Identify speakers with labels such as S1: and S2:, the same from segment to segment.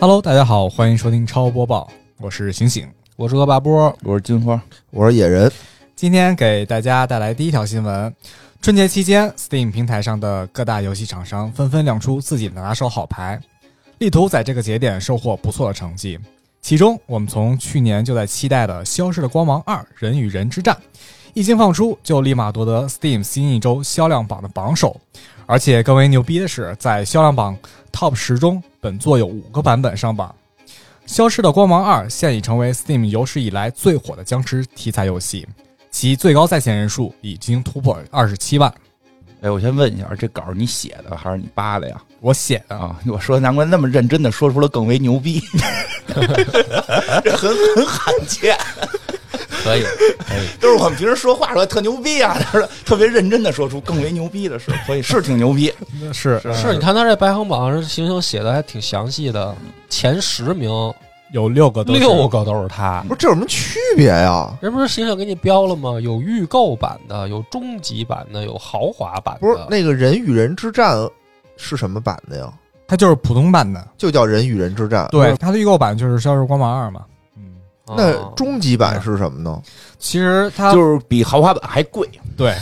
S1: Hello，大家好，欢迎收听超播报，我是醒醒，我是恶霸波。
S2: 我是金花，
S3: 我是野人，
S1: 今天给大家带来第一条新闻：春节期间，Steam 平台上的各大游戏厂商纷纷亮出自己的拿手好牌，力图在这个节点收获不错的成绩。其中，我们从去年就在期待的《消失的光芒二：人与人之战》一经放出，就立马夺得 Steam 新一周销量榜的榜首。而且更为牛逼的是，在销量榜 Top 十中，本作有五个版本上榜。《消失的光芒二》现已成为 Steam 有史以来最火的僵尸题材游戏。其最高在线人数已经突破二十七万。
S2: 哎，我先问一下，这稿儿你写的还是你扒的呀？
S1: 我写的，
S2: 啊，我说难怪那么认真的说出了更为牛 逼，这很很罕见，
S4: 可以，可以，
S2: 都是我们平时说话说特牛逼啊，但是特别认真的说出更为牛逼的事，所以是挺牛逼。
S1: 是
S4: 是你看他这排行榜上，行星写的还挺详细的，
S3: 嗯
S4: 前十名
S1: 有六个都是
S4: 六个都是他。啊
S3: 不是这有什么区别呀？
S4: 人不是行星给你标了吗？有预购版的，有终极版的，有豪华版的。
S3: 不是
S2: 啊
S3: 那个人与人之战是什么版的呀？
S1: 它就是普通版的。
S3: 就叫人与人之战。
S1: 对，它的预购版就是《消失光芒二》嘛。嗯，
S4: 啊
S3: 那
S2: 哦
S3: 终极版是什么呢？
S2: 嗯
S1: 其实它
S2: 就是比豪华版还贵，
S1: 对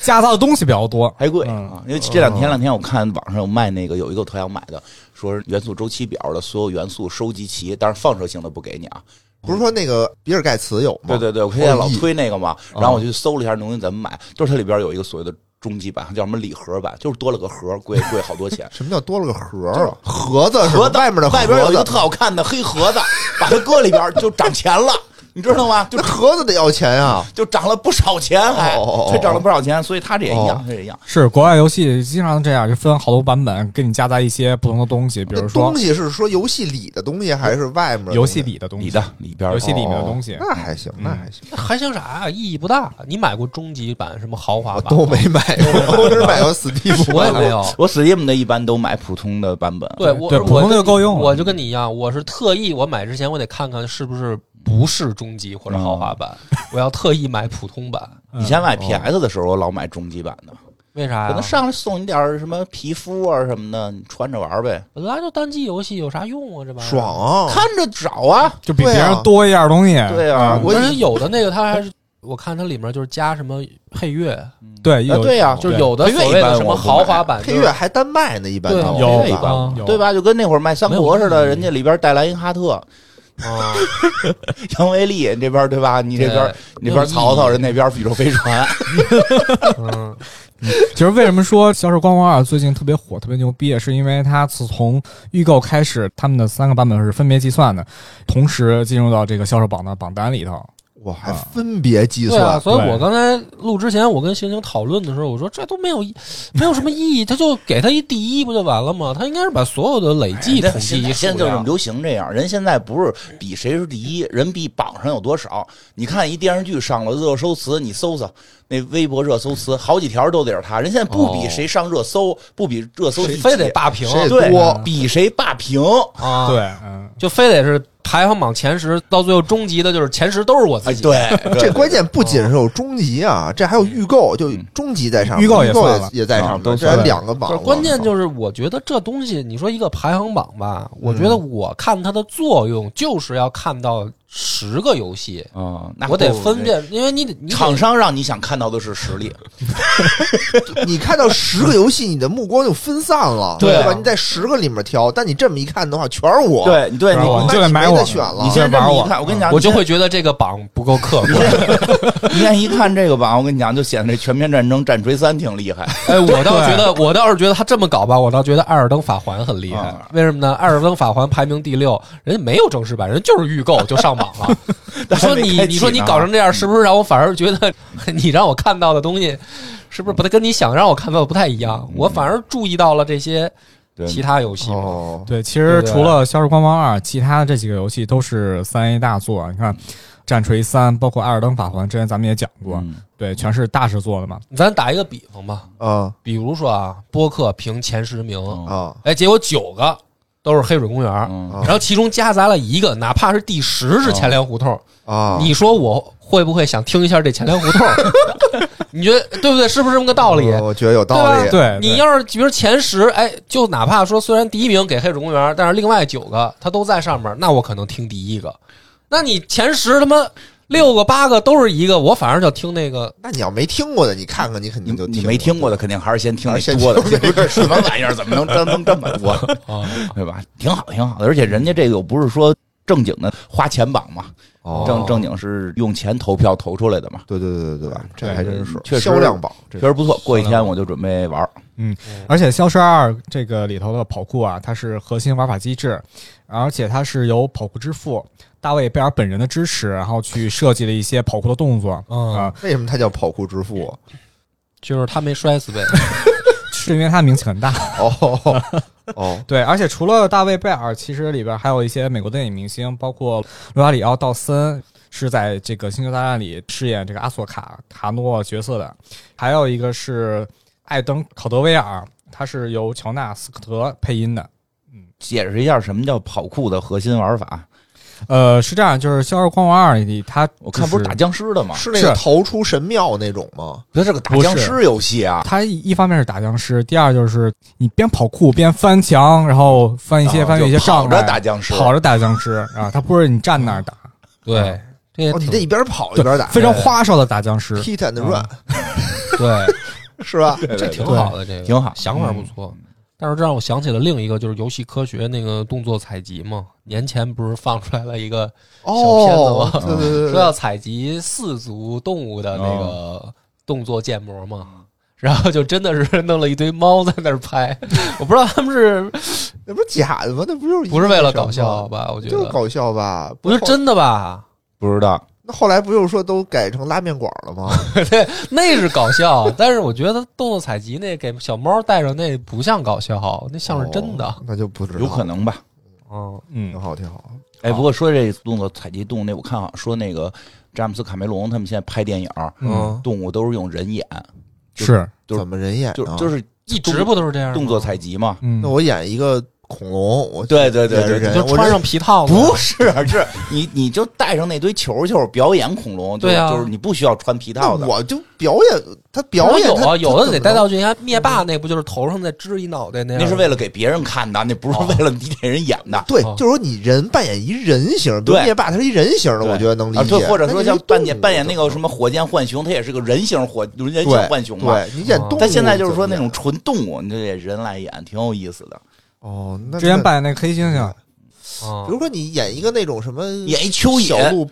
S1: 加到的东西比较多。
S2: 还贵
S1: 嗯
S2: 啊！因为这两
S3: 哦
S2: 天两天我看网上有卖那个，有一个我特想买的，说元素周期表的所有元素收集齐，但是放射性的不给你啊。
S3: 不是说那个比尔盖茨有吗？
S2: 对对对，我现在老
S3: 哦一。
S2: 推那个嘛，然后我就搜了一下东西怎么买，就是它里边有一个所谓的终极版，叫什么礼盒版，就是多了个盒，贵贵好多钱
S3: 什么叫多了个盒
S2: 就是
S3: 儿？啊盒子 是吧
S2: 盒子
S3: 外面的
S2: 外
S3: 盒
S2: 边有一个特
S3: 子，
S2: 好看的黑盒子，把它搁里边就涨钱了，你知道吗？就
S3: 那盒子得要钱啊呀。
S2: 就涨了不少钱，还
S3: 哦哦哦
S2: 这涨了不少钱，所以它这也一
S3: 哦
S2: 样，这也一样。
S1: 是国外游戏经常这样，就分好多版本，给你夹杂一些不同的东 西，比如
S3: 那
S1: 说
S3: 东西是说游戏里的东西还是外面的东西
S1: 游戏？里的东西，
S2: 里的里边啊
S1: 游戏
S3: 哦
S1: 里面的东西嗯
S3: 那还行，那还行。
S4: 那还行啥呀？意义不大。你买过终极版、什么豪华
S3: 我
S4: 版 吗？
S3: 都没买过，我只买过 Steam。
S4: 我也没有。
S2: 哎 我 Steam 的一般都买普通的版本，啊
S4: 对我
S1: 对
S4: 我
S1: 普通的
S4: 跟
S1: 就够
S4: 你
S1: 用了
S4: 我就跟你一样，我是特意，我买之前我得看看是不是不是终极或者豪
S3: 嗯
S4: 华版，我要特意买普通版。
S2: 以前
S3: 哦
S2: 买 PS 的时候，我老买终极版的，
S4: 为
S3: 啊
S4: 啥
S2: 可
S4: 呀
S2: 能？上来送你点儿什么皮肤啊什么的，你穿着玩儿呗，
S4: 本来就单机游戏，有啥用啊？这玩意儿。
S3: 爽啊！
S2: 看着找啊，
S1: 就比别
S3: 对啊
S1: 人多一样东西。
S2: 对啊，
S3: 嗯
S2: 我
S4: 但是有的那个它还是，我看它里面就是加什么配乐，
S1: 对，
S2: 啊
S1: 有
S2: 对呀
S4: 就是有的
S2: 配乐
S4: 所谓
S2: 一般
S4: 的什么
S2: 我不
S4: 豪华版
S3: 配乐，还单卖呢，一般
S4: 对
S3: 都
S1: 有
S4: 配乐一般
S1: 有啊有
S2: 对？吧？就跟那会儿卖三国似
S4: 没
S2: 的，
S4: 有
S2: 人家里边带莱因哈特、
S4: 就是啊，
S2: 杨维利，你这边对吧？你这边
S4: 对
S2: 你这边曹操，人那边宇宙飞船，
S4: 嗯，
S1: 其实为什么说《消失光芒二》最近特别火、特别牛逼，是因为它自从预购开始，他们的三个版本是分别计算的，同时进入到这个销售榜的榜单里头。
S3: 我还分别计
S4: 对啊，
S3: 算。
S4: 所以我刚才录之前，我跟星星讨论的时候，我说这都没有意，没有什么意义，他就给他一第一不就完了吗？他应该是把所有的累计
S2: 哎
S4: 统啊计
S2: 现
S4: 一
S2: 在现在
S4: 数
S2: 就是
S4: 量。
S2: 流行这样，人现在不是比谁是第一，人比榜上有多少。你看一电视剧上了热搜词，你搜搜那微博热搜词，好几条都得是他。人现在不比
S4: 哦
S2: 谁上热搜，不比热搜第
S4: 谁
S2: 几啊
S4: 非得霸屏
S3: 谁
S2: 对
S3: 多
S2: 比谁霸屏。
S4: 啊？，
S1: 对，嗯，
S4: 就非得是排行榜前十，到最后终极的就是前十都是我
S2: 哎，
S4: 自己。
S2: 对，对
S3: 这关键不仅是有终极啊，这还有预购，就终极在上面，
S1: 预购也
S3: 预购
S1: 算了
S3: 也也在上
S1: 啊都
S3: 面，这
S1: 算
S3: 还两个榜
S4: 不
S3: 了。
S4: 是关键
S3: 是
S4: 就是，我觉得这东西，你说一个排行榜吧，我觉得
S2: 嗯
S4: 我看它的作用就是要看到十个游戏，
S2: 啊，那
S4: 我得
S2: 不
S4: 分。辨，因为你得你得
S2: 厂商让你想看到的是实力，
S3: 你看到十个游戏，你的目光就分散了，
S4: 对啊
S3: 吧？你在十个里面挑，但你这么一看的话，全是我。，
S2: 对对，
S1: 然后
S2: 你
S1: 就得买
S3: 没
S1: 我
S3: 得选了
S2: 你现在这
S1: 玩
S2: 么
S1: 我
S2: 一看，我跟你讲，
S4: 我就
S2: 你
S4: 会觉得这个榜不够客 观。
S2: 现在你现在一看这个榜，我跟你讲，就显得这全面战争战锤三挺厉 害，
S4: 哎，我倒觉得，我倒是觉得他这么搞吧，我倒觉得《艾尔登法环》很厉害
S2: 啊。
S4: 为什么呢？《艾尔登法环》排名第六，人家没有正式版，人就是预购就上榜 了。你说
S2: 还没
S4: 你
S2: 开启
S4: 你说你搞
S2: 呢嗯
S4: 成这样，是不是让我反而觉得 你让我看到的东西，是不是不太跟你想让我看到的不太一样？我
S2: 嗯
S4: 反而注意到了这些
S2: 对
S4: 其他游戏。
S3: 哦，
S1: 对，其实
S4: 对
S1: 除了《消失光芒二》，其他的这几个游戏都是三 A 大作。啊你看，《战锤三》，包括《艾尔登法环》，之前咱们也讲过，
S2: 嗯
S1: 对，全是大制作的嘛。
S4: 咱打一个比方吧，
S3: 啊
S4: 比如说啊，播客评前十名，
S2: 嗯
S3: 啊，
S4: 哎，结果九个，都是黑水公园儿，
S2: 嗯
S3: 啊
S4: 然后其中夹杂了一个，哪怕是第十是钱粮胡同，
S3: 啊，
S4: 你说我会不会想听一下这钱粮胡 同？你觉得对不对？是不是这么个道理？
S3: 嗯我觉得有道理。
S1: 对，对
S4: 你要是比如前十，哎，就哪怕说虽然第一名给黑水公园，但是另外九个他都在上面，那我可能听第一个。那你前十他妈六个八个都是一个，我反而就听那个
S3: 那你要没听过的，你看看，你肯
S2: 你
S3: 定就
S2: 你没听过的，肯定还是先听
S3: 还是
S2: 那
S3: 先
S2: 多的哦
S3: 听 那个。
S2: 什么玩意儿？怎么能能能这么 多？
S4: 啊，
S2: 对吧？挺好，挺好的。而且人家这个又不是说正经的花钱榜嘛，
S3: 哦
S2: 正正经是用钱投票投出来的嘛，
S3: 对对对对对吧？这还真是
S2: 确实
S3: 销量榜，这
S2: 确实不错。过几天我就准备玩儿。
S1: 而且《消失二》这个里头的跑酷啊，它是核心玩法机制，而且它是由跑酷之父大卫贝尔本人的支持，然后去设计了一些跑酷的动作啊、
S4: 嗯
S3: 为什么他叫跑酷之父？啊
S4: 就是他没摔死呗。
S1: 是因为他名气很大。
S3: 哦哦，
S1: 对，而且除了大卫贝尔，其实里边还有一些美国电影明星，包括罗亚里奥·道森是在这个《星球大战》里饰演这个阿索卡卡诺角色的，还有一个是艾登·考德威尔，他是由乔纳·斯科特配音的。
S2: 解释一下什么叫跑酷的核心玩法？
S1: 呃，是这样，就是《消失光环二》里，他
S2: 我看不是打僵尸的吗？
S3: 是那个
S1: 是
S3: 逃出神庙那种吗？
S2: 它是个打
S1: 不是
S2: 僵尸游戏啊。
S1: 他一方面是打僵尸，第二就是你边跑酷边翻墙，然后翻一些、
S2: 啊
S1: 翻越一些
S2: 就跑
S1: 障
S2: 着
S1: 碍，
S2: 打僵尸，
S1: 跑着打僵尸啊，他不是你站那儿打，
S4: 对，这也
S3: 哦，你
S4: 挺
S3: 这一边跑一边打，
S1: 非常花哨的打僵尸。
S3: hit and run
S4: 对，
S3: 是吧？
S2: 嗯对
S4: 这
S2: 对
S4: 挺
S2: 对
S4: 好的，这个
S2: 挺好嗯
S4: 想法不错。但是这让我想起了另一个，就是游戏科学那个动作采集嘛。年前不是放出来了一个
S3: 哦，
S4: 小
S3: 对对对
S2: 嗯
S3: 对
S4: 说
S3: 对，
S4: 要采集四足动物的那个动作建模嘛，然后就真的是 弄了一堆猫在那儿拍，我不知道他们是
S3: 那不是假的吗？那不就是
S4: 不是为了搞
S3: 笑
S4: 笑？吧？我觉
S3: 就是
S4: 得
S3: 搞笑吧？
S4: 不是
S3: 后。
S4: 真的吧？
S2: 不知道
S3: 那后来不就是说都改成拉面馆了吗？
S4: 对，那是搞笑，但是我觉得动作采集那给小猫戴上那不像搞笑，那像是真的。
S3: 哦那就不知道，
S2: 有可能吧。
S4: 嗯，
S1: 嗯
S3: 挺，好，挺好。
S2: 哎，
S4: 好
S2: 不过说这动作采集动物那，我看好像说那个詹姆斯卡梅隆他们现在拍电影儿，
S1: 嗯，
S2: 动物都是用人演，就是就是
S3: 怎么人演啊？
S2: 就就是
S4: 一直不都是这样吗
S2: 动作采集嘛。
S1: 嗯
S3: 那，我演一个恐龙，我
S2: 对对对
S3: 演
S2: 对
S3: 人
S2: 对，
S4: 就
S3: 我
S4: 穿
S3: 这
S4: 上皮套子啊
S2: 不是是你你就带上那堆球球表演恐龙，就
S4: 对啊
S2: 就是你不需要穿皮
S3: 那
S2: 套的。
S3: 我就表演，他表演
S4: 有
S3: 他
S4: 啊，有的得戴。
S3: 他怎
S4: 道
S3: 么着
S4: 具，你看灭霸那不就是头上再支一脑袋那样吗？
S2: 那是为了给别人看的，那不是
S4: 哦
S2: 为了你给人演的。
S3: 对
S4: 哦，
S3: 就是说你人扮演一人形，比如
S2: 啊对
S3: 灭霸他是一人形的，
S2: 对
S3: 我觉得能理
S2: 啊，对
S3: 解。，
S2: 或者说像扮演扮演那个什么
S3: 么
S2: 火箭浣熊，它也是个人形火人形哎浣熊嘛。
S3: 对你演
S4: 哦
S3: 动物，
S2: 但现在就是说那种纯动物，你这得人来演，挺有意思的。
S3: 哦，那
S1: 之前扮演那个黑猩猩，
S4: 嗯
S3: 那，比如说你演一个那种什么
S2: 演一蚯蚓，
S3: 小鹿，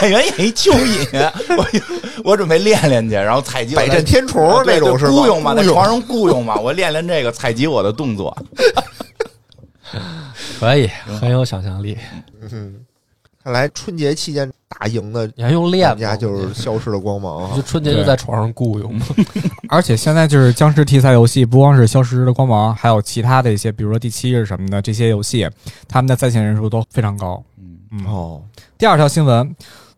S2: 演员演一蚯蚓，我我准备练练去，然后采集我
S3: 百
S2: 的
S3: 战天虫
S2: 啊对
S3: 那种
S2: 对
S3: 是吧
S2: 雇佣嘛，在
S3: 雇佣
S2: 床上雇佣嘛，我练练这个，采集我的动作。
S4: 可以，很有想象力。
S3: 嗯，看来春节期间打赢的
S4: 你还用练
S3: 玩
S4: 吗？
S3: 家就是消失了光芒
S4: 就
S3: 啊！
S4: 春节就在床上雇佣嘛。
S1: 而且现在就是僵尸题材游戏，不光是《消失的光芒》，还有其他的一些，比如说《第七日》什么的这些游戏，他们的在线人数都非常高。
S2: 嗯，
S1: 嗯，
S3: 哦，
S1: 第二条新闻，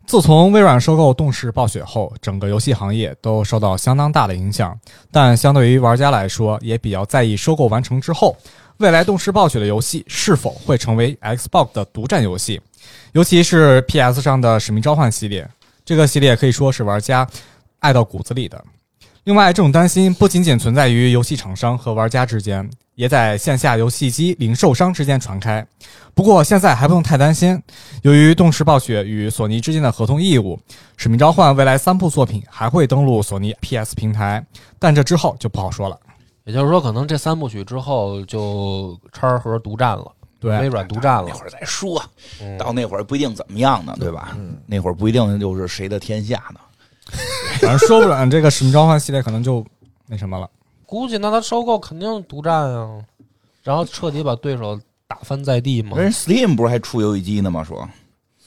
S1: 自从微软收购动视暴雪后，整个游戏行业都受到相当大的影响。但相对于玩家来说，也比较在意收购完成之后，未来动视暴雪的游戏是否会成为 Xbox 的独占游戏，尤其是 PS 上的《使命召唤》系列，这个系列可以说是玩家爱到骨子里的。另外，这种担心不仅仅存在于游戏厂商和玩家之间，也在线下游戏机零售商之间传开。不过，现在还不用太担心，由于动视暴雪与索尼之间的合同义务，《使命召唤》未来三部作品还会登陆索尼 PS 平台，但这之后就不好说了。
S4: 也就是说，可能这三部曲之后就叉盒独占了，微
S1: 对，
S4: 软独占
S2: 那
S4: 了
S2: 会。儿再说，
S4: 嗯
S2: 到那会儿不一定怎么样
S3: 嗯
S2: 呢，对吧？那会儿不一定就是谁的天下呢。
S1: 反正说不准这个《使命召唤》系列可能就那什么了。
S4: 估计那他收购肯定独占啊，然后彻底把对手打翻在地
S3: 嗯
S4: 嘛。
S2: 人 Steam 不是还出游戏机呢吗？说，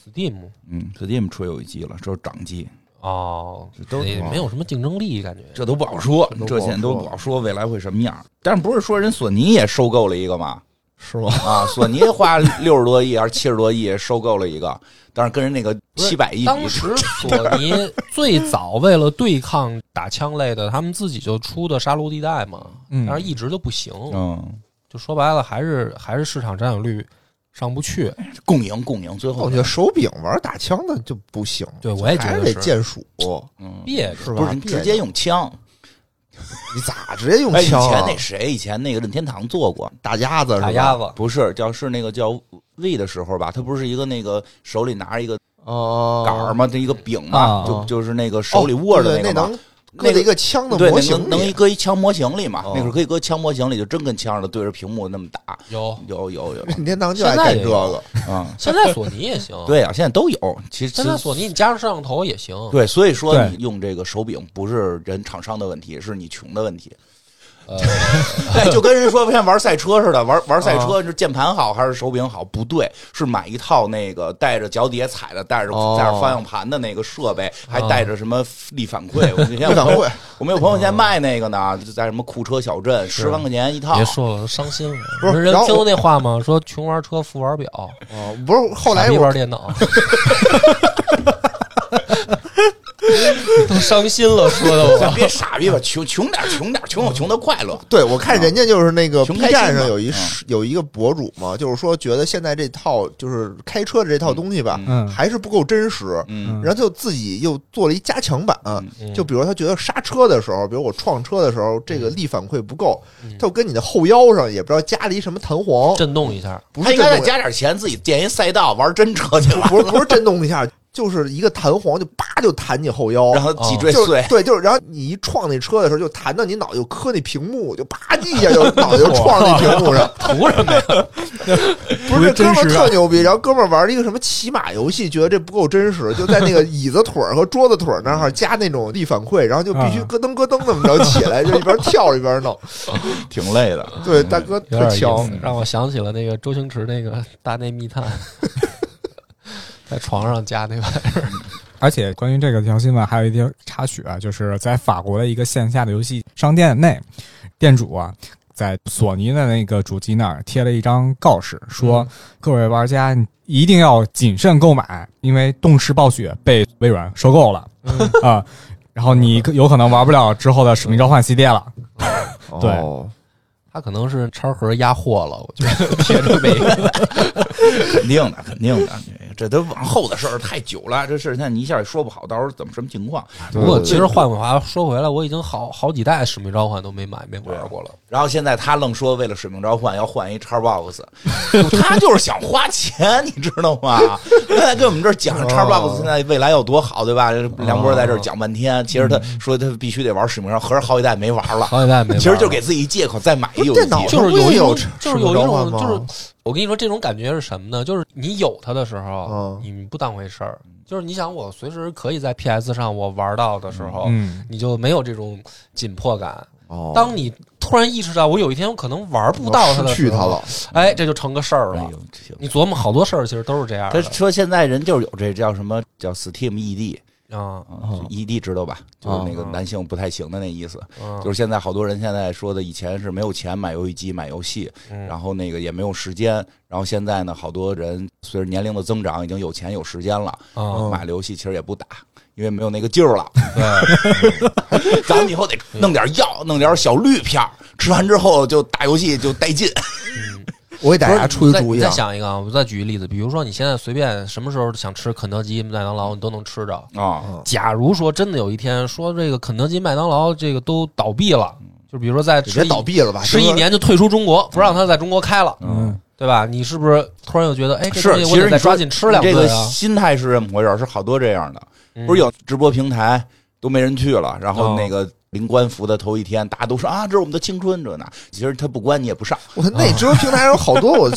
S4: Steam
S2: 嗯，Steam 出游戏机了，这是掌机，
S4: 哦，
S2: 都
S4: 也没有什么竞争力感觉。
S2: 这都不好说，
S3: 都不好
S2: 这
S3: 说
S2: 现在都不好说未来会什么样。但是不是说人索尼也收购了一个吗？
S1: 是吗？
S2: 啊，索尼花六十多亿还是七十多亿收购了一个，但是跟人那个七百亿比
S4: 当，时索尼最早为了对抗打枪类的，他们自己就出的《杀戮地带》嘛，
S1: 嗯
S4: 但是一直就不行，
S2: 嗯，
S4: 就说白了，还是还是市场占有率上不去。
S3: 哎
S2: 共赢共赢，最
S3: 哦我
S2: 后
S3: 觉得手柄玩打枪的就不行，
S4: 对我也觉
S3: 还
S4: 得
S3: 得
S4: 是
S3: 键鼠，
S2: 嗯，
S4: 别扭
S3: 是吧？
S2: 不是你直接用枪，
S3: 你咋直接用
S2: 哎，以
S3: 枪
S2: 前
S3: 啊？
S2: 那谁，以前那个任天堂做过，
S3: 打鸭子是吧？
S4: 打鸭子，
S2: 不是叫是那个叫 V 的时候吧，他不是一个那个手里拿着一个
S3: 哦，
S2: 杆儿吗？这一个柄
S1: 啊
S2: 嘛，就就是那个手里握着
S3: 那
S2: 那个嘛。
S3: 能搁在一个枪的
S2: 对，
S3: 模
S2: 那
S3: 型
S2: 能能一
S3: 里，
S2: 搁一枪模型里嘛？
S3: 哦
S2: 那会儿可以搁枪模型里，就真跟枪似的对着屏幕那么打。
S4: 有，
S2: 有有有，
S3: 任天堂就爱干这个。
S2: 嗯，，
S4: 现在索尼也行，
S2: 对啊，现在都有。其实
S4: 现在索尼你加上摄像头也行。
S2: 对，所以说
S1: 对
S2: 你用这个手柄不是人厂商的问题，是你穷的问 题。
S4: 呃，
S2: 对，就跟人说像玩赛车似的，玩玩赛车是键盘好还是手柄好？不对，是买一套那个带着脚底下踩的，带着
S3: 哦
S2: 带着方向盘的那个设备，还带着什么哦力反馈。我 们现在
S3: 队长 会，
S2: 我们有朋友现在卖那个呢，就在什么库车小镇，十万块钱一套
S4: 别。说了，伤心了。
S3: 不是
S4: 人
S3: 然后
S4: 听
S3: 我
S4: 过那话吗？说穷玩车，富玩表，
S3: 哦，不是后
S4: 傻
S3: 来
S4: 逼
S3: 我
S4: 玩电脑。 都伤心了，说的
S2: 咱
S4: 我。
S2: 别傻逼吧，穷穷点儿，穷点儿，穷有穷的快乐。
S3: 对我看人家就是那个
S2: 穷
S3: B
S2: 啊开心嗯
S3: 站上
S2: 嘛
S3: 有一视有一个博主嘛，就是说觉得现在这套就是开车的这套东西吧，
S1: 嗯
S3: 还是不够真实。
S2: 嗯
S3: 然后就自己又做了一加强版，
S4: 嗯
S3: 就比如他觉得刹车的时候，比如我撞车的时候，这
S2: 嗯
S3: 个力反馈不够，他就跟你的后腰上也不知道加了一什么弹簧，
S4: 震动一下，
S3: 不
S2: 他
S3: 是
S2: 应该
S3: 震
S2: 再
S3: 动，
S2: 加点钱，自己建一赛道玩真车去了，
S3: 不是不是震动一下，就是一个弹簧就啪就弹你后腰，
S2: 然后脊椎
S3: 就是
S2: 碎。
S3: 对，就是然后你一撞那车的时候，就弹到你脑袋就磕那屏幕，就啪叽一下就脑袋就撞那屏幕上。
S4: 图什么呀？
S3: 不是这哥
S1: 真
S3: 们儿
S1: 实啊
S3: 特牛逼，然后哥们儿玩了一个什么骑马游戏，觉得这不够真实，就在那个椅子腿儿和桌子腿儿那儿加那种力反馈，然后就必须
S1: 啊
S3: 咯噔咯噔那么着起来，就一边跳一边弄。
S2: 挺累的。嗯
S3: 对，大哥
S4: 有
S3: 特
S4: 点意
S3: 强
S4: 思，，让我想起了那个周星驰那个《大内密探》， 在床上加那玩意儿。
S1: 而且关于这个条新闻，还有一条插曲啊，就是在法国的一个线下的游戏商店内，店主啊。在索尼的那个主机那儿贴了一张告示，说：“各位玩家你一定要谨慎购买，因为动视暴雪被微软收购了啊、然后你可有可能玩不了之后的《使命召唤》系列了。对
S3: 哦
S4: 他可能是超盒压货了，我觉 得贴着那个。
S2: 肯定的，肯定的，哎这都往后的事儿太久了，这事儿现在你一下也说不好，到时候怎么什么情况？
S4: 不过
S3: 对
S4: 其实换个话说回来，我已经好好几代《使命召唤》都没买没玩过了。
S2: 然后现在他愣说为了《使命召唤》要换一叉 box，他就是想花钱，你知道吗？他在跟我们这儿讲叉 box 现在未来有多好，对吧？梁波在这儿讲半天，其实他说他必须得玩《使命召唤》，合着好几代没玩了，
S4: 好几代没玩了
S2: 其实就是给自己一借口再买一游戏。
S3: 电脑
S4: 就是有一种
S3: 不也有，
S4: 就是有一
S3: 使命召唤
S4: 种，
S3: 吗
S4: 就是我跟你说，这种感觉是什么呢？就是你有它的时候
S3: 嗯，
S4: 你不当回事儿。就是你想，我随时可以在 PS 上我玩到的时候，
S1: 嗯，
S4: 你就没有这种紧迫感。
S3: 哦
S4: 当你突然意识到我有一天我可能玩不到它的时
S3: 失去他
S4: 候，
S3: 了，
S4: 哎，这就成个事儿
S2: 哎
S4: 了。
S2: 呦这
S4: 你琢磨好多事儿，其实都是这样
S2: 他
S4: 的
S2: 说现在人就是有这叫什么叫 Steam ED
S4: 啊
S2: 啊，ED 知道吧？就是
S3: 嗯
S2: 那个
S4: 啊
S2: 男性不太行的那意思。
S4: 啊
S2: 就是现在好多人现在说的，以前是没有钱买游戏机、买游戏，
S4: 嗯
S2: 然后那个也没有时间，然后现在呢，好多人随着年龄的增长，已经有钱有时间了，
S3: 嗯
S4: 啊！
S2: 买了游戏其实也不打，因为没有那个劲儿了。
S4: 对，
S2: 咱们以后得弄点药，
S3: 嗯
S2: 弄点小绿片儿，吃完之后就打游戏就带劲。
S3: 我给大家出一
S4: 再
S3: 主
S4: 你
S3: 意
S4: 再
S3: 啊，
S4: 想一个啊，我再举一例子，比如说你现在随便什么时候想吃肯德基、麦当劳，你都能吃着。
S3: 嗯
S2: 啊，
S4: 假如说真的有一天说这个肯德基、麦当劳这个都倒闭了，就比如说在
S3: 嗯别
S4: 吃一
S3: 倒闭
S2: 啊
S3: 了吧，
S4: 吃一
S3: 行了
S4: 年就退出中国，不让它在中国开了，
S1: 嗯，
S4: 对吧？你是不是突然又觉得，哎，这
S2: 是
S4: 东西
S2: 其
S4: 我
S2: 实
S4: 得
S2: 你
S4: 再
S2: 说
S4: 抓紧吃两
S2: 这个
S4: 顿啊？
S2: 心态是这么回事儿，是好多这样的。
S4: 嗯
S2: 不是有直播平台都没人去了，然后
S4: 哦
S2: 那个临关服的头一天，大家都说啊，这是我们的青春，这那。其实他不关你也不上，
S3: 我那
S2: 啊
S3: 直播平台有好 多我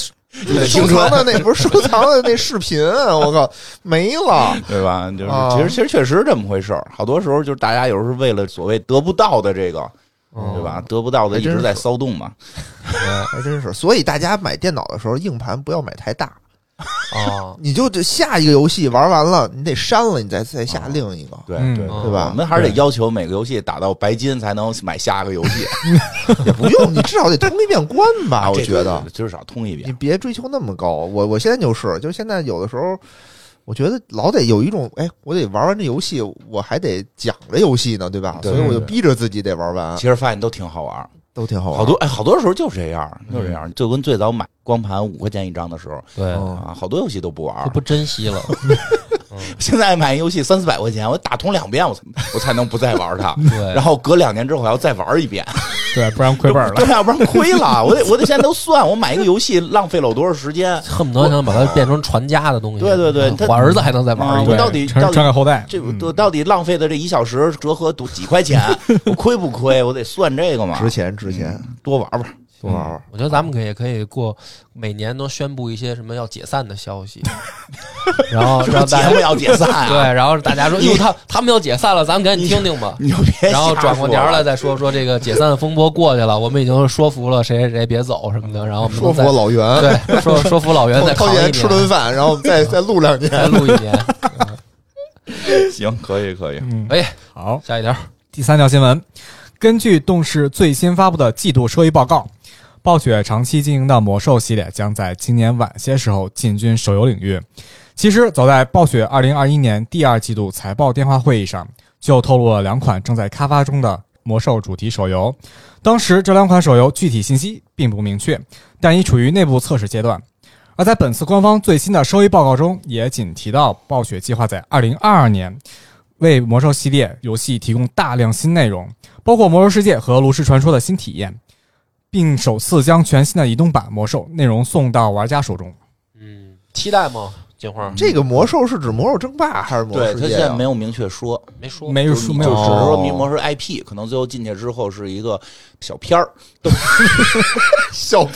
S3: 收藏的那不是收藏的那视频啊，我靠，没了。
S2: 对吧？就是
S4: 哦
S3: 啊
S2: 其实其实确实是这么回事儿。好多时候就是大家有时候为了所谓得不到的这个，
S4: 嗯
S2: 对吧？得不到的一直在骚动嘛。
S3: 还真是，所以大家买电脑的时候，硬盘不要买太大，
S4: 啊，
S3: 你就这下一个游戏玩完了，你得删了，你再再下
S2: 啊
S3: 另一个，
S2: 对
S1: 嗯
S2: 对，
S4: 嗯
S3: 对
S2: 我
S3: 吧？
S2: 们还是得要求每个游戏打到白金才能买下个游戏啊
S3: 也不用，你至少得通一遍关 吧，我
S2: 这
S3: 觉得
S2: 这至少通一
S3: 你
S2: 遍。
S3: 别追求那么高。我我现在就是，就是现在有的时候。我觉得老得有一种，哎，我得玩完这游戏，我还得讲这游戏呢，对吧？
S2: 对
S3: 所以我就
S2: 对
S3: 逼着自己得玩完。
S2: 其实发现都挺好玩儿，
S3: 都挺好玩。啊
S2: 好多哎，好多时候就是这样，就是这样，就跟最早买光盘五块钱一张的时候
S4: 对，
S3: 嗯
S2: 啊，好多游戏都不玩儿。
S4: 就不珍 惜了。
S2: 现在买游戏三四百块钱，我打通两遍，我才我才能不再玩它。
S4: 对
S2: 然后隔两年之后还要再玩一遍，
S1: 对，不然亏本了。
S2: 对，啊要不然亏了。我得我得现在都算，我买一个游戏浪费了我多少时间？
S4: 恨不得想把它变成传家的东西。
S2: 啊对对对
S4: 啊
S2: 他
S4: 我儿子还能再玩
S2: 啊
S4: 一
S2: 我
S4: 遍。
S2: 到底
S1: 传
S2: 到底
S1: 传给后代，
S2: 这我我到底浪费的这一小时折合多几块钱，我亏不亏？我得算这个嘛。
S3: 值钱值钱，
S2: 多玩玩，
S3: 多玩玩。
S4: 我觉得咱们可以可以过每年都宣布一些什么要解散的 消息，然后
S2: 这
S4: 让
S2: 节
S4: 大家
S2: 目要解散、
S4: 对，
S2: 啊，
S4: 然后大家说哟他他们要解散了，咱们赶紧听听吧。
S2: 你就别瞎
S4: 然后转
S2: 说
S4: 过年儿来再说说这个解散风波过去了，我们已经说服了谁谁谁别走什么的，然后我们
S3: 说服
S4: 再
S3: 老袁，
S4: 对说说服老袁再
S3: 掏
S4: 扛
S3: 掏
S4: 一
S3: 钱
S4: 年，
S3: 吃顿饭，然后 再再录两年。
S4: 再录一年。
S2: 行，可以可以，
S1: 嗯，
S4: 哎，
S1: 好，
S4: 下一条，
S1: 第三条新闻，根据动视最新发布的季度收益报告，暴雪长期经营的《魔兽》系列将在今年晚些时候进军手游领域。其实，早在暴雪2021年第二季度财报电话会议上，就透露了两款正在开发中的《魔兽》主题手游。当时这两款手游具体信息并不明确，但已处于内部测试阶段。而在本次官方最新的收益报告中，也仅提到暴雪计划在2022年为魔兽系列游戏提供大量新内容，包括《魔兽世界》和《炉石传说》的新体验，并首次将全新的移动版《魔兽》内容送到玩家手中。
S4: 嗯，期待吗？金花
S3: 这个魔兽是指魔兽争霸还是魔
S2: 对
S3: 兽
S2: 他
S3: 世
S2: 现
S3: 界
S2: 在
S3: 啊
S2: 没？有明确说，
S4: 没说，
S1: 没有
S2: 哦就是
S1: 说
S2: 你
S1: 没
S2: 就
S1: 有
S2: 只
S1: 说
S2: 是说
S3: 哦
S2: 迷魔是 IP，可能最后进去之后是一个小片儿，
S3: 小片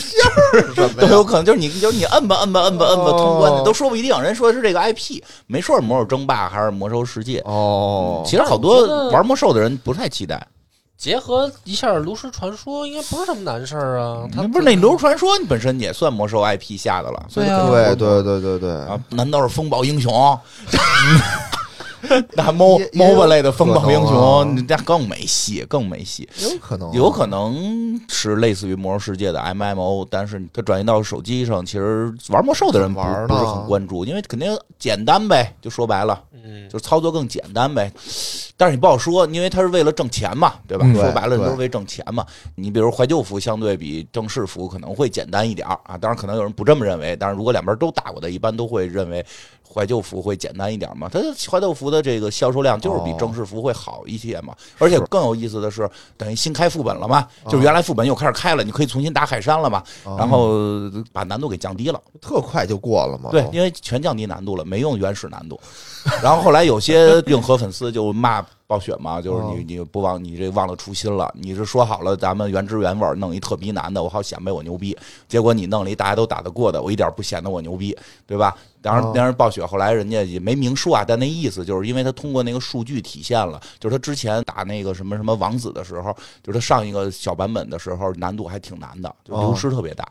S3: 儿什么
S2: 都
S3: 呀？
S2: 有可能就是你就是你摁吧摁吧摁吧摁吧
S3: 哦
S2: 通关的都说不一定，人说是这个 IP，没说是魔兽争霸还是魔兽世界。
S3: 哦，
S2: 其实好
S4: 我觉得
S2: 多玩魔兽的人不太期待，
S4: 结合一下《炉石传说》，应该不是什么难事儿啊。他
S2: 不是那《炉石传说》，你本身也算魔兽 IP 下的了，所以
S4: 对啊
S3: 对对对对对，
S2: 啊，难道是风暴英雄？ 那 MO
S3: 也也有
S2: MOBA 类的风暴英
S3: 可能啊
S2: 雄，那更没戏，更没戏。
S3: 有可能，啊
S2: 有可能是类似于魔兽世界的 MMO，但是它转移到手机上，其实玩魔兽的人不
S3: 玩儿呢
S2: 不是很关注，因为肯定简单呗，就说白了，
S4: 嗯，
S2: 就是操作更简单呗。但是你不好说，因为它是为了挣钱嘛，对吧？
S1: 嗯
S2: 说白了，
S3: 对
S2: 都是为挣钱嘛。你比如怀旧服相对比正式服可能会简单一点儿啊，当然可能有人不这么认为，但是如果两边都打过的，一般都会认为怀旧服会简单一点嘛。它怀旧服的这个销售量就是比
S3: 哦
S2: 正式服会好一些嘛，而且更有意思的是，等于新开副本了嘛，就是原来副本又开始开了，你可以重新打海山了嘛，
S3: 哦
S2: 然后把难度给降低了。
S3: 特快就过了嘛。
S2: 对，因为全降低难度了，没用原始难度。然后后来有 些硬核粉丝就骂暴雪嘛，就是
S3: 哦
S2: 你你不忘你这忘了初心了，你是说好了咱们原汁原味儿弄一特逼难的，我好显摆我牛逼，结果你弄了一大家都打得过的，我一点不显得我牛逼，对吧？当然
S3: 哦，
S2: 当然，暴雪后来人家也没明说啊，但那意思就是因为他通过那个数据体现了，就是他之前打那个什么什么王子的时候，就是他上一个小版本的时候难度还挺难的，就流失特别大，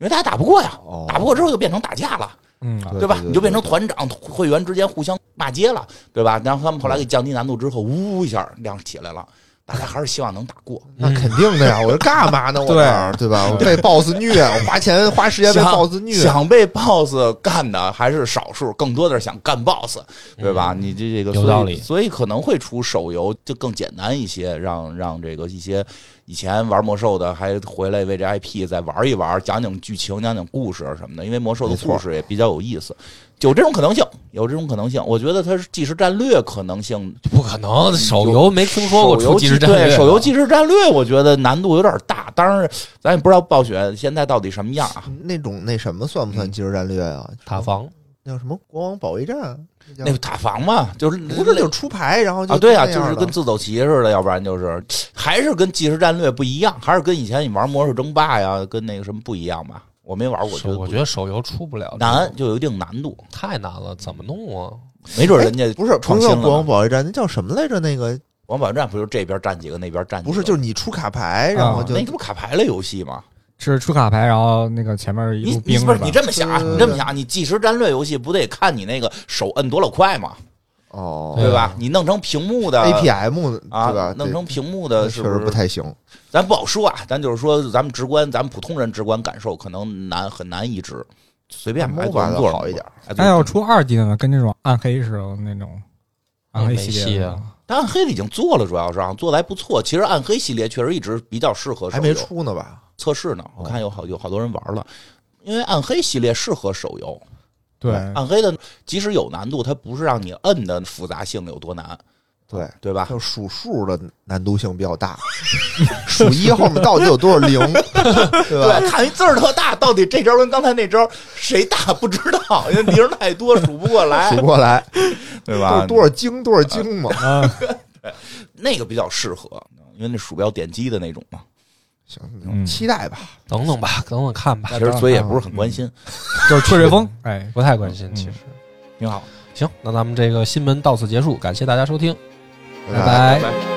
S2: 因为大家打不过呀，
S3: 哦
S2: 打不过之后就变成打架了。
S1: 嗯，
S3: 对
S2: 对吧？
S3: 对
S2: 你就变成
S3: 对
S2: 团长会员之间互相骂街了，对吧？然后他们后来给降低难度之后，呜一下量起来了，大家还是希望能打过。
S3: 那肯 定的呀，我这干嘛呢？我
S1: 对
S3: 这儿对吧？我被 boss 虐，我花钱花时间被 boss 虐，
S2: 想被 boss 干的还是少数，更多的是想干 boss，对吧？你这这个
S4: 嗯有
S2: 所以
S4: 道理
S2: 所以可能会出手游就更简单一些，让让这个一些以前玩魔兽的还回来为这 IP 再玩一玩，讲讲剧情，讲讲故事什么的，因为魔兽的
S3: 没错
S2: 故事也比较有意思。有这种可能性，有这种可能性。我觉得它是既是战略可能性，
S4: 不可能，手游没听说过
S2: 手
S4: 出
S2: 游
S4: 即
S2: 即
S4: 时战略，啊
S2: 对手游即时战略，我觉得难度有点大。当然，咱也不知道暴雪现在到底什么样啊。
S3: 那种那什么算不算
S2: 嗯
S3: 即时战略啊？
S4: 塔防，
S3: 那叫什么国王保卫战？啊那
S2: 那
S3: 叫
S2: 个塔防嘛，就是
S3: 不是就是出牌，然后就
S2: 啊，对啊，
S3: 那
S2: 就
S3: 样
S2: 是
S3: 的
S2: 跟自走棋似的，要不然就是还是跟即时战略不一样，还是跟以前你玩魔兽争霸呀，跟那个什么不一样吧？我没玩过，我觉
S4: 手
S2: 得
S4: 我
S2: 不
S4: 觉得手游出不了，
S2: 难，就有一定难度，
S4: 太难了，怎么弄啊？
S2: 没准人家
S3: 不是不
S2: 创
S3: 是
S2: 新
S3: 叫
S2: 了呢。
S3: 国王保卫战，那叫什么来着？那个
S2: 王宝站不就这边站几个，那边站几个啊
S3: 不是就是你出卡牌，然后就
S2: 那你这不卡牌类游戏吗？
S1: 是出卡牌，然后那个前面一路
S2: 你你
S1: 兵
S2: 不是
S1: 吧
S2: 你这么想啊，
S3: 对对
S2: 你这么想啊，你即时战略游戏不得看你那个手摁多少快吗？
S3: 哦
S2: 对吧
S4: 对？
S2: 你弄成屏幕的
S3: APM
S2: 啊
S3: 对吧？，
S2: 弄成屏幕
S3: 这
S2: 的是
S3: 确
S2: 不
S3: 实
S2: 是
S3: 不太行。
S2: 咱不好说啊，咱就是说，咱们直观，咱们普通人直观感受可能难很难移植，随便吧，
S3: MOBA
S2: 做做
S3: 的好一点。
S2: 哎
S1: 那要是出二 D 的呢，跟这种暗黑似的那种暗黑系列
S2: 哦
S4: 也没戏
S1: 的
S4: 啊
S2: 那暗黑的已经做了，主要是啊，做的还不错。其实暗黑系列确实一直比较适合手
S3: 还
S2: 游，
S3: 没出哦呢吧？
S2: 测试呢，我看有好有好多人玩了，因为暗黑系列适合手游。
S1: 对，
S2: 暗黑的即使有难度，它不是让你摁的复杂性有多难，
S3: 对，
S2: 对吧？
S3: 就数数的难度性比较大， 数一后面到底有多少零，对 吧？
S2: 对，看一字儿特大，到底这招跟刚才那招谁大不知道，因为零太多数不过来
S3: 数，不过来，
S2: 对
S3: 都
S2: 吧？
S3: 是多少精多少精嘛？
S1: 啊，
S2: 那个比较适合，因为那鼠标点击的那种嘛。
S3: 行，
S1: 嗯
S3: 期待吧。
S4: 等等吧，等等看吧，
S2: 其实所以也不是很关心，啊
S1: 就是吹吹风，哎，
S4: 不太关心
S1: 嗯
S4: 其实。
S2: 挺好。
S4: 行，那咱们这个新闻到此结束，感谢大家收听，
S1: 拜拜
S3: 拜
S2: 拜。